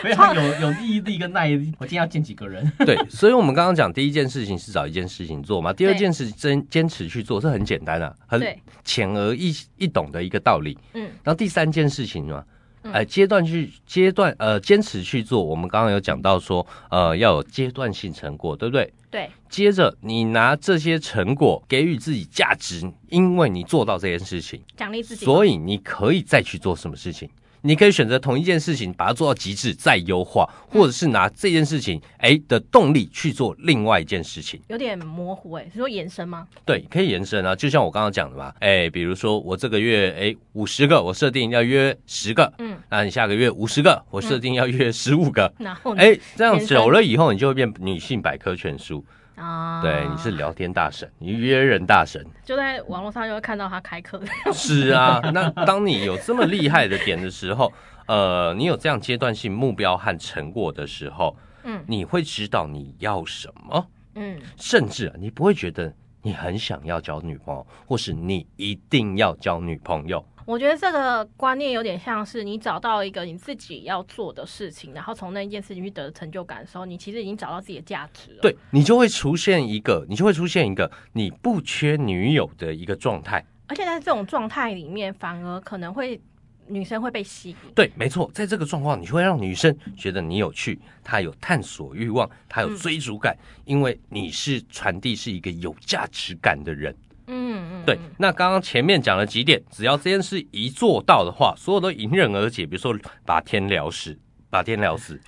S4: 没有他有有毅力跟耐力。我今天要见几个人，
S6: 对，所以我们刚刚讲第一件事情是找一件事情做嘛，第二
S5: 对
S6: 件事真坚持去做，这很简单啊，很
S5: 对
S6: 浅而易易懂的一个道理。
S5: 嗯，
S6: 然后第三件事情呢，
S5: 嗯
S6: 呃，阶段去阶段呃坚持去做，我们刚刚有讲到说，呃，要有阶段性成果，对不对？
S5: 对。
S6: 接着你拿这些成果给予自己价值，因为你做到这件事情，
S5: 奖励自己。
S6: 所以你可以再去做什么事情。你可以选择同一件事情，把它做到极致，再优化，
S5: 嗯
S6: 或者是拿这件事情哎的动力去做另外一件事情。
S5: 有点模糊哎、是说延伸吗？
S6: 对，可以延伸啊，就像我刚刚讲的嘛，哎，比如说我这个月哎五十个，我设定要约十个，
S5: 嗯，
S6: 那你下个月五十个，我设定要约十五个。
S5: 然后呢
S6: 哎、这样
S5: 嗯延伸
S6: 久了以后，你就会变女性百科全书。
S5: 啊，
S6: 对，你是聊天大神，你约人大神。
S5: 就在网络上就会看到他开课，
S6: 是啊，那当你有这么厉害的点的时候， 呃，你有这样阶段性目标和成果的时候，
S5: 嗯
S6: 你会知道你要什么，
S5: 嗯，
S6: 甚至、啊、你不会觉得你很想要交女朋友，或是你一定要交女朋友。
S5: 我觉得这个观念有点像是你找到一个你自己要做的事情，然后从那一件事情去得成就感的时候，你其实已经找到自己的价值了。，
S6: 对你就会出现一个，你就会出现一个你不缺女友的一个状态。
S5: 而且在这种状态里面，反而可能会女生会被吸引。
S6: 对，没错，在这个状况，你会让女生觉得你有趣，她有探索欲望，她有
S5: 嗯
S6: 追逐感，因为你是传递是一个有价值感的人。
S5: 嗯嗯，
S6: 对，那刚刚前面讲了几点，只要这件事一做到的话，所有都迎刃而解。比如说把天聊死，把天聊 死，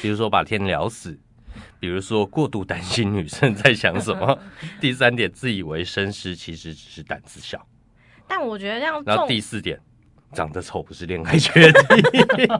S6: 比如说把天聊死，比如说过度担心女生在想什 么。第三点，自以为绅士，其实只是胆子小。
S5: 但我觉得这样
S6: 然后
S5: 重
S6: 第四点，长得丑不是恋爱决定。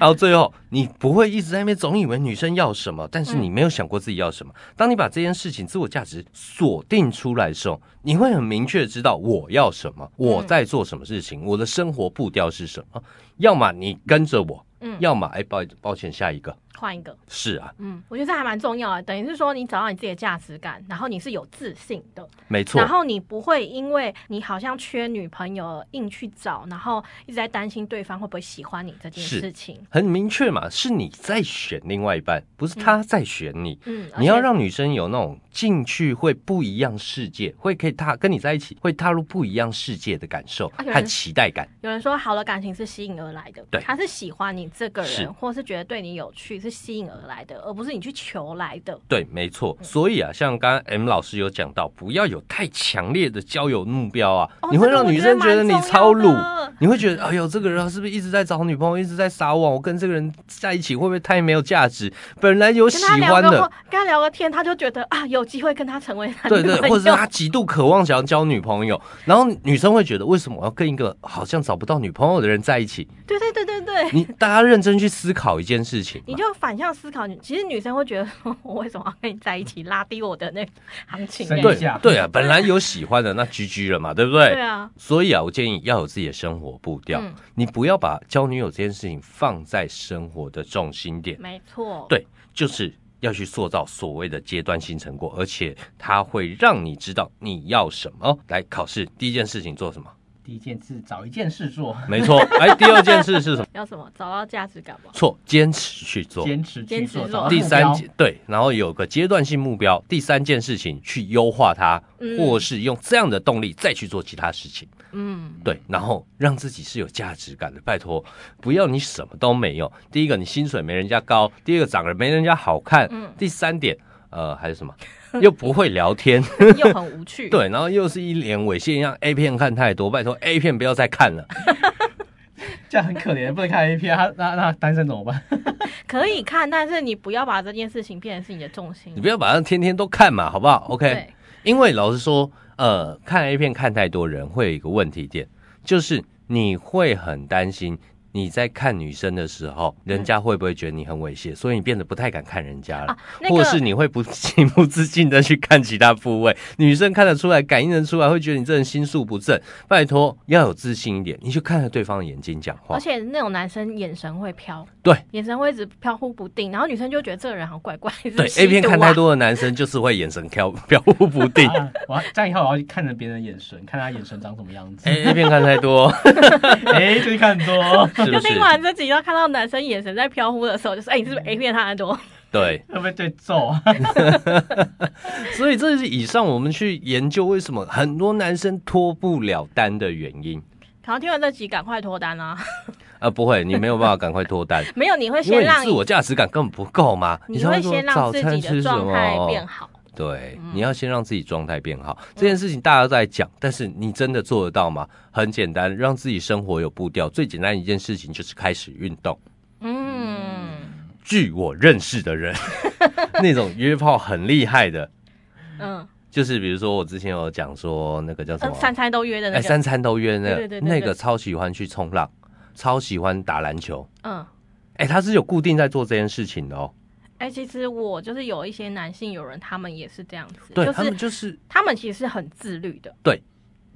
S6: 然后最后，你不会一直在那边总以为女生要什么，但
S5: 嗯
S6: 是你没有想过自己要什么。当你把这件事情自我价值锁定出来的时候，你会很明确地知道我要什么，
S5: 嗯
S6: 我在做什么事情，我的生活步调是什么。要么你跟着我，
S5: 嗯
S6: 要么哎抱抱歉下一个。
S5: 换一个，
S6: 是啊，
S5: 嗯，我觉得这还蛮重要的，等于是说你找到你自己的价值感，然后你是有自信的。
S6: 没错
S5: 然。后你不会因为你好像缺女朋友而硬去找，然后一直在担心对方会不会喜欢你这件
S6: 是
S5: 事情。
S6: 很明确嘛，是你在选另外一半，不是他在选你。
S5: 嗯，而
S6: 你要
S5: 且
S6: 让女生有那种进去会不一样世界，会可以踏跟你在一起，会踏入不一样世界的感受
S5: 啊有人
S6: 和期待感。
S5: 有人说好的感情是吸引而而来的，
S6: 对
S5: 他是喜欢你这个
S6: 是
S5: 人，或是觉得对你有趣，是吸引而来的，而不是你去求来的。
S6: 对，没
S5: 嗯
S6: 错。所以啊，像刚刚 M 老师有讲到，不要有太强烈的交友目标啊，
S5: 哦
S6: 你会
S5: 这个
S6: 让
S5: 我
S6: 女
S5: 觉得
S6: 生觉得
S5: 蛮
S6: 你
S5: 重
S6: 超
S5: 要
S6: 鲁
S5: 的，嗯
S6: 你会觉得哎呦，这个人是不是一直在找女朋友，一直在撒网？我哦跟这个人在一起会不会太没有价值？本来有
S5: 跟
S6: 喜
S5: 他聊
S6: 欢
S5: 个
S6: 的
S5: 话，，跟他聊个天，他就觉得啊，有机会跟他成为男
S6: 对
S5: 女
S6: 对，
S5: 朋
S6: 或者是
S5: 友
S6: 他极度渴望想要交女朋友，然后女生会觉得为什么我要跟一个好像找不到女朋友的人在一起？
S5: 对对对对对，
S6: 你大家认真去思考一件事情
S5: 你
S6: 嘛。
S5: 就反向思考，你其实女生会觉得 说，我为什么要跟你在一起，拉低我的那个行情
S4: 生
S5: 欸？
S4: 理
S6: 对
S4: 一下
S6: 对啊，本来有喜欢的，那 GG 了嘛，对不对？
S5: 对啊，
S6: 所以啊，我建议要有自己的生活步调，
S5: 嗯
S6: 你不要把交女友这件事情放在生活的重心点，
S5: 没错，
S6: 对，就是要去塑造所谓的阶段性成果，而且它会让你知道你要什么。来考试第一件事情做什么？
S4: 第一件事找一件事做，
S6: 没错，哎，第二件事是什么？
S5: 要什么找到价值感嘛？
S6: 错，坚持去做。
S4: 坚持去
S5: 坚持
S4: 做，
S5: 做
S4: 找到
S6: 第
S4: 目
S6: 三
S4: 标
S6: 件对，然后有个阶段性目标，第三件事情去优化它，
S5: 嗯
S6: 或是用这样的动力再去做其他事情。
S5: 嗯，
S6: 对，然后让自己是有价值感的。拜托，不要你什么都没有。第一个，你薪水没人家高；第二个，长得没人家好看；
S5: 嗯
S6: 第三点，呃，还有什么？又不会聊 天，
S5: 又很无趣，，
S6: 对，然后又是一脸猥亵，让 A 片看太多。拜托，A 片不要再看了。
S4: 这样很可怜，不能看 A 片，他那那单身怎么 办？
S5: 可以看，但是你不要把这件事情变成是你的重心
S6: 你。不要把它天天都看嘛，好不好？OK
S5: 对。，
S6: 因为老实说，呃，看 A 片看太多人会有一个问题点，就是你会很担心。你在看女生的时候，
S5: 嗯
S6: 人家会不会觉得你很猥亵？所以你变得不太敢看人家了。
S5: 啊，那
S6: 或
S5: 个
S6: 是你会不 情不自禁的去看其他部位，女生看得出来，感应得出来，会觉得你这人心术不正。拜托，要有自信一点，你去看着对方的眼睛讲话
S5: 而。且那种男生眼神会飘，
S6: 对，
S5: 眼神会一直飘忽不定，然后女生就觉得这个人好像怪怪。是不
S6: 对
S5: 是
S6: ，A
S5: 吸
S6: 片
S5: 毒啊
S6: 看太，多的男生就是会眼神飘飘忽 不定。
S4: 啊 我要这样以后我要去看着别人的眼神，看他眼神长什么样子。
S6: 哎 A 片看太 多，
S4: 哎，最近看很多，
S6: 是不
S5: 就是听？完这集，要看到男生眼神在飘忽的时候，就是哎、你是不是 A 片看太多？
S6: 对，
S4: 会不会被揍啊？
S6: 所以这是以上我们去研究为什么很多男生脱不了单的原因。
S5: 然后听完这集，赶快脱单啊！
S6: 啊，不会，你没有办法赶快脱 单，
S5: 没有，你会
S6: 因为
S5: 先
S6: 你
S5: 让
S6: 自我价值感根本不够嘛。
S5: 你
S6: 才
S5: 会
S6: 说
S5: 先让
S6: 早
S5: 自
S6: 餐
S5: 己
S6: 吃
S5: 的
S6: 什
S5: 状态
S6: 么
S5: 变好。
S6: 对，
S5: 嗯
S6: 你要先让自己状态变好，这件事情大家都在讲，但是你真的做得到吗？很简单，让自己生活有步调。最简单一件事情就是开始运动。
S5: 嗯
S6: 据我认识 的人，那种约炮很厉害的，
S5: 嗯，
S6: 就是比如说我之前有讲说那个叫什
S5: 呃
S6: 么，
S5: 三餐都约的
S6: 哎、
S5: 那个，
S6: 三餐都约那个，
S5: 对对对对
S6: 那个超喜欢去冲浪，超喜欢打篮球。
S5: 嗯。
S6: 哎、他是有固定在做这件事情的哦，
S5: 哎、其实我就是有一些男性友人，他们也是这样子，
S6: 对、
S5: 就
S6: 他
S5: 是
S6: 们就是
S5: 他们其实是很自律的，
S6: 对。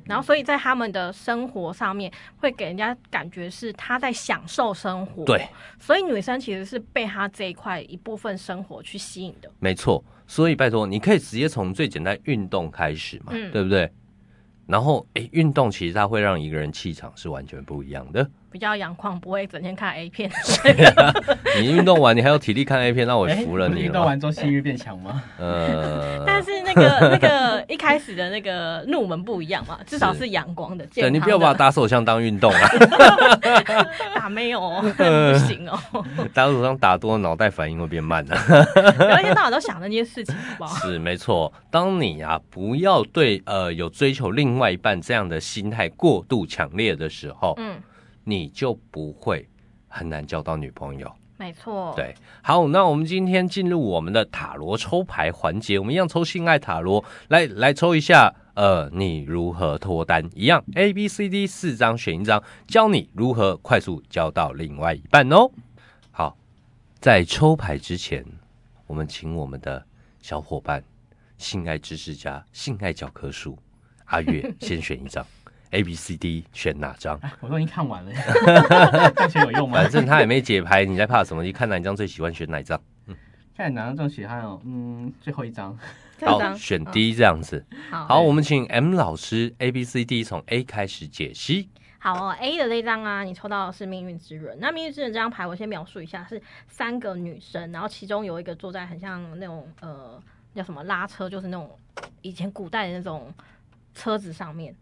S5: 然后，所以在他们的生活上面，会给人家感觉是他在享受生活。
S6: 对，
S5: 所以女生其实是被他这一块一部分生活去吸引的。
S6: 没错，所以拜托，你可以直接从最简单运动开始嘛，
S5: 嗯
S6: 对不对？然后，诶，运动其实它会让一个人气场是完全不一样的。
S5: 比较阳光，不会整天看 A 片。
S6: 呃你运动完，你还有体力看 A 片，那 我
S4: 哎
S6: 服了你
S4: 运
S6: 了
S4: 动
S6: 嘛。
S4: 完之后性欲变强吗？
S6: 呃，
S5: 但是那个那个一开始的那个入门不一样嘛，至少是阳光的健
S6: 对
S5: 康的。
S6: 你不要把打手枪当运动啊，
S5: 打没有哦，不行哦，
S6: 打手枪打多，脑袋反应会变慢的、啊
S5: 不要一天到晚都想那件事情，好不好？
S6: 是没错，当你啊不要对呃有追求另外一半这样的心态过度强烈的时候，
S5: 嗯，
S6: 你就不会很难交到女朋友。
S5: 没错。
S6: 对，好，那我们今天进入我们的塔罗抽牌环节，我们一样抽性爱塔罗，来来抽一下，呃，你如何脱单？一样，A、B、C、D 四张选一张，教你如何快速交到另外一半哦。好，在抽牌之前，我们请我们的小伙伴，性爱知识家、性爱教科书阿月先选一张，A、B、C、D 选哪张？
S4: 我都已经看完 了，这样学有用吗？
S6: 反正他也没解牌，你在怕什么？你看哪一张最喜欢选哪一张？
S4: 看你拿到这种血汗哦，嗯，最后一张，
S5: 这
S6: 好，
S5: 张
S6: 选 D 这样子。
S5: 好
S6: 好，我们请 M 老师 A B C D 从 A 开始解析。
S5: 好哦，A 的这张啊，你抽到的是命运之轮。那命运之轮这张牌，我先描述一下，是三个女生，然后其中有一个坐在很像那种呃叫什么拉车，就是那种以前古代的那种车子上面，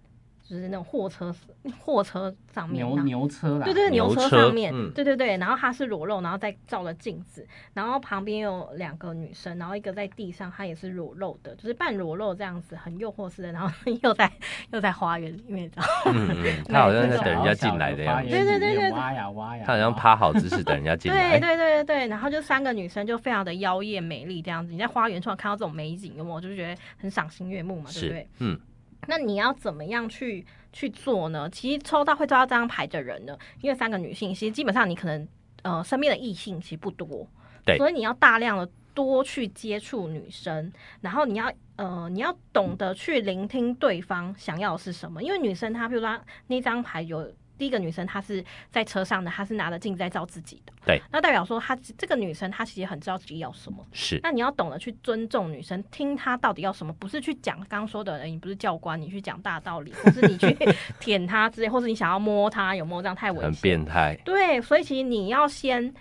S5: 就是那种货车货车上面，
S4: 牛
S5: 然后
S4: 牛车啦，
S5: 对对，对
S6: 牛
S5: 牛车
S6: 车
S5: 上面，
S6: 嗯
S5: 对对对，然后她是裸露，然后再照了镜子，然后旁边有两个女生，然后一个在地上，她也是裸露的，就是半裸露这样子，很诱惑式的，然后又在 又在花园里面，然后
S6: 嗯嗯，他好像在等人家进来的样子，
S5: 对对对对对
S4: 挖呀挖呀，
S6: 他好像趴好姿势等人家进
S5: 对
S6: 来。嗯
S5: 对对对对，然后就三个女生就非常的妖艳美丽这样子，你在花园突然看到这种美景，有没有就是觉得很赏心悦目嘛，对不对
S6: 是？，嗯，
S5: 那你要怎么样去去做呢？其实抽到会抽到这张牌的人呢，因为三个女性，其实基本上你可能呃身边的异性其实不多，
S6: 对
S5: 所以你要大量的多去接触女生，然后你要。呃，你要懂得去聆听对方想要的是什么，因为女生她，比如说她那张牌有第一个女生，她是在车上的，她是拿着镜子在照自己的，
S6: 对，
S5: 那代表说她这个女生她其实很知道自己要什么，
S6: 是，
S5: 那你要懂得去尊重女生，听她到底要什么，不是去讲刚刚说的，你不是教官，你去讲大道理，或是你去 舔她之类，或是你 想要摸她，有没有这样太危
S6: 很
S5: 险？
S6: 变态。
S5: 对，所以其实你要先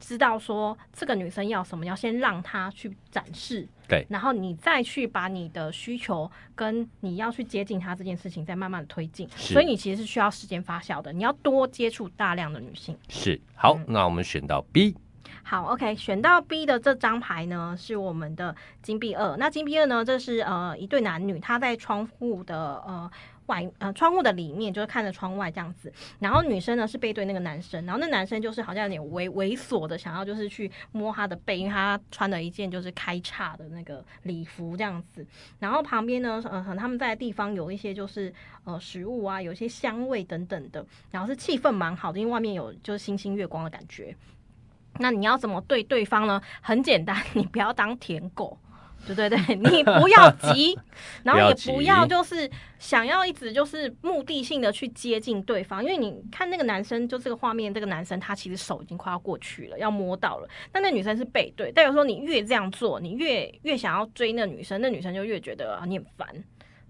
S5: 知道说这个女生要什么，要先让她去展示，
S6: 对
S5: 然后你再去把你的需求跟你要去接近她这件事情再慢慢地推进，
S6: 是
S5: 所以你其实是需要时间发酵的，你要多接触大量的女性。
S6: 是，好，
S5: 嗯
S6: 那我们选到 B，
S5: 好，OK，选到 B 的这张牌呢是我们的金币二。那金币二呢，这是呃一对男女，他在窗户的呃外呃窗户的里面，就是看着窗外这样子。然后女生呢是背对那个男生，然后那男生就是好像有点猥猥琐的想要就是去摸她的背，因为她穿了一件就是开叉的那个礼服这样子。然后旁边呢，呃，可能他们在的地方有一些就是呃食物啊，有一些香味等等的，然后是气氛蛮好的，因为外面有就是星星月光的感觉。那你要怎么对对方呢？很简单，你不要当舔狗， 对对对，你不要急，然后也
S6: 不
S5: 不
S6: 要
S5: 要
S6: 急
S5: 就是想要一直就是目的性的去接近对方，因为你看那个男生就这个画面，这个男生他其实手已经快要过去了，要摸到了，但那女生是背对，代表说你越这样做，你越越想要追那女生，那女生就越觉得啊你很烦。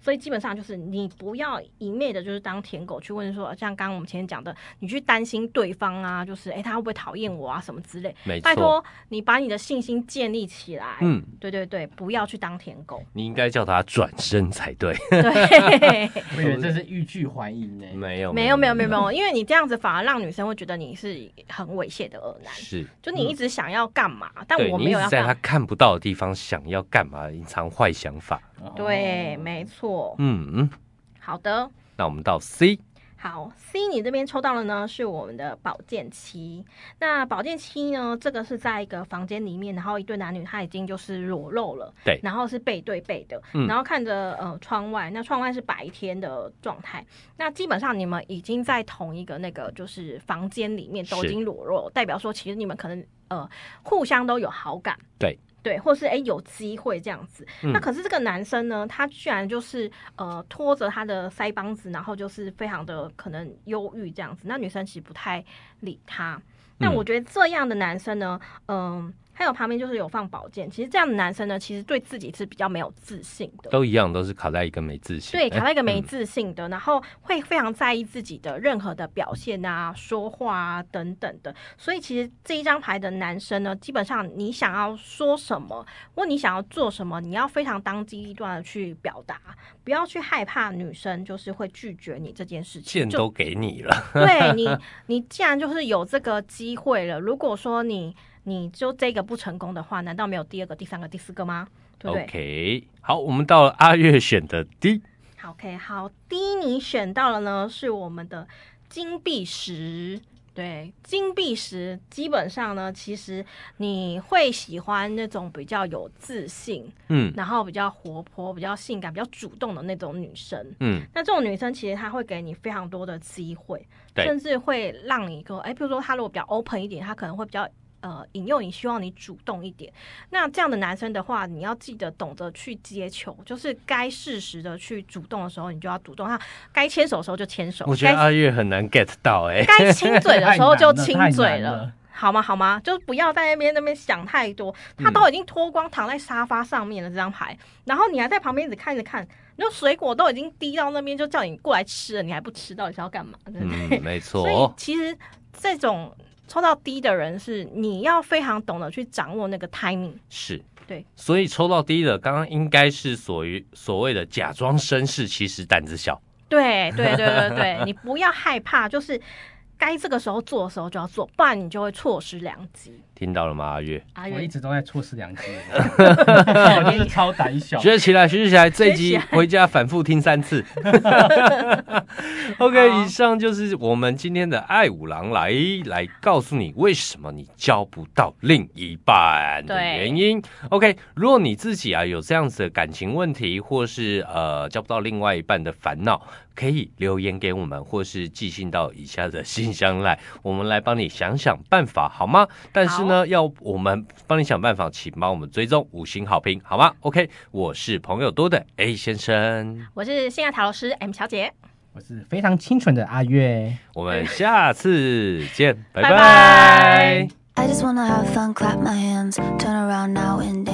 S5: 所以基本上就是你不要一昧的，就是当舔狗去问说，像刚刚我们前面讲的，你去担心对方啊，就是诶、他会不会讨厌我啊什么之类。
S6: 没
S5: 拜
S6: 错，
S5: 托你把你的信心建立起来。
S6: 嗯，
S5: 对对对，不要去当舔 狗。
S6: 你应该叫他转身才 对。
S5: 对，
S4: 我以为这是欲拒还迎呢。
S6: 没有，
S5: 没有没有没有没，有，因为你这样子反而让女生会觉得你是很猥亵的恶男，
S6: 是，
S5: 就你一直想要干嘛，但
S6: 嗯对
S5: 我
S6: 你
S5: 没
S6: 一
S5: 有要
S6: 直在
S5: 干
S6: 他
S5: 嘛。
S6: 看不到的地方想要干嘛，隐藏坏想法。
S4: 哦
S5: 对，没错。
S6: 嗯嗯，
S5: 好的，
S6: 那我们到 C，
S5: 好，C 你这边抽到的呢是我们的保健期。那保健期呢，这个是在一个房间里面，然后一对男女他已经就是裸露了，
S6: 对
S5: 然后是背对背的，
S6: 嗯
S5: 然后看着呃窗外，那窗外是白天的状态。那基本上你们已经在同一个那个就是房间里面都
S6: 是
S5: 已经裸露，代表说其实你们可能呃互相都有好感，
S6: 对。
S5: 对，或是哎有机会这样子，
S6: 嗯
S5: 那可是这个男生呢，他居然就是呃拖着他的腮帮子，然后就是非常的可能忧郁这样子。那女生其实不太理他。那
S6: 嗯
S5: 我觉得这样的男生呢，嗯、还有旁边就是有放宝剑，其实这样的男生呢，其实对自己是比较没有自信的。
S6: 都一样，都是卡在一个没自信。
S5: 对，卡在一个没
S6: 嗯
S5: 自信的，然后会非常在意自己的任何的表现啊、说话啊等等的。所以其实这一张牌的男生呢，基本上你想要说什么或你想要做什么，你要非常当机立断的去表达，不要去害怕女生就是会拒绝你这件事情。
S6: 剑
S5: 就
S6: 都给你了，
S5: 对 你，你既然就是有这个机会了，如果说你你就这个不成功的话，难道没有第二个、第三个、第四个吗？对不对
S6: OK，好，我们到了阿月选的 D，
S5: 好 OK，好，第一你选到了呢，是我们的金币石。对，金币石基本上呢，其实你会喜欢那种比较有自信，
S6: 嗯
S5: 然后比较活泼、比较性感、比较主动的那种女生。
S6: 嗯，
S5: 那这种女生其实她会给你非常多的机会，
S6: 对
S5: 甚至会让你说，哎，比如说她如果比较 open 一点，她可能会比较呃引诱你，希望你主动一点。那这样的男生的话，你要记得懂得去接球，就是该适时的去主动的时候，你就要主动；他该牵手的时候就牵手，
S6: 我觉得哎
S5: 该
S6: 阿月很难 get 到 哎、
S5: 该亲嘴的时候就 亲
S4: 太
S5: 嘴
S4: 难了
S5: 了。好吗？好吗？就不要在那边那边想太多。他都已经脱光躺在沙发上面了，这张牌，然后你还在旁边一直看着看，那水果都已经滴到那边，就叫你过来吃了，你还不吃，到底是要干嘛？对不对？
S6: 嗯，没
S5: 所以
S6: 错，
S5: 其实这种抽到低的人是你要非常懂得去掌握那个 timing。
S6: 是，
S5: 对，
S6: 所以抽到 D 的，刚刚应该是所于所谓的假装绅士，其实胆子小，
S5: 对对对对对，你不要害怕，就是该这个时候做的时候就要做，不然你就会错失良机。
S6: 听到了吗？阿月，
S1: 阿
S4: 我一
S1: 月，
S4: 直都在错失良机，我就是超胆小。
S6: 学起来，学起来，这一集
S5: 学
S6: 回家反复听三次。OK，以上就是我们今天的爱五郎来来告诉你为什么你交不到另一半的
S5: 对
S6: 原因。OK，如果你自己啊有这样子的感情问题，或是呃交不到另外一半的烦恼，可以留言给我们，或是寄信到以下的信箱来， 我们来帮你想想办法，好吗？但是呢，要我们帮你想办法，请帮我们追踪五星好评，好吗？OK，我是朋友多的 A 先生，
S5: 我是性爱塔罗师 M 小姐，
S4: 我是非常清纯的阿月，
S6: 我们下次见，拜
S5: 拜
S6: 拜
S5: 拜。
S2: I just wanna have fun, clap my hands, turn around now and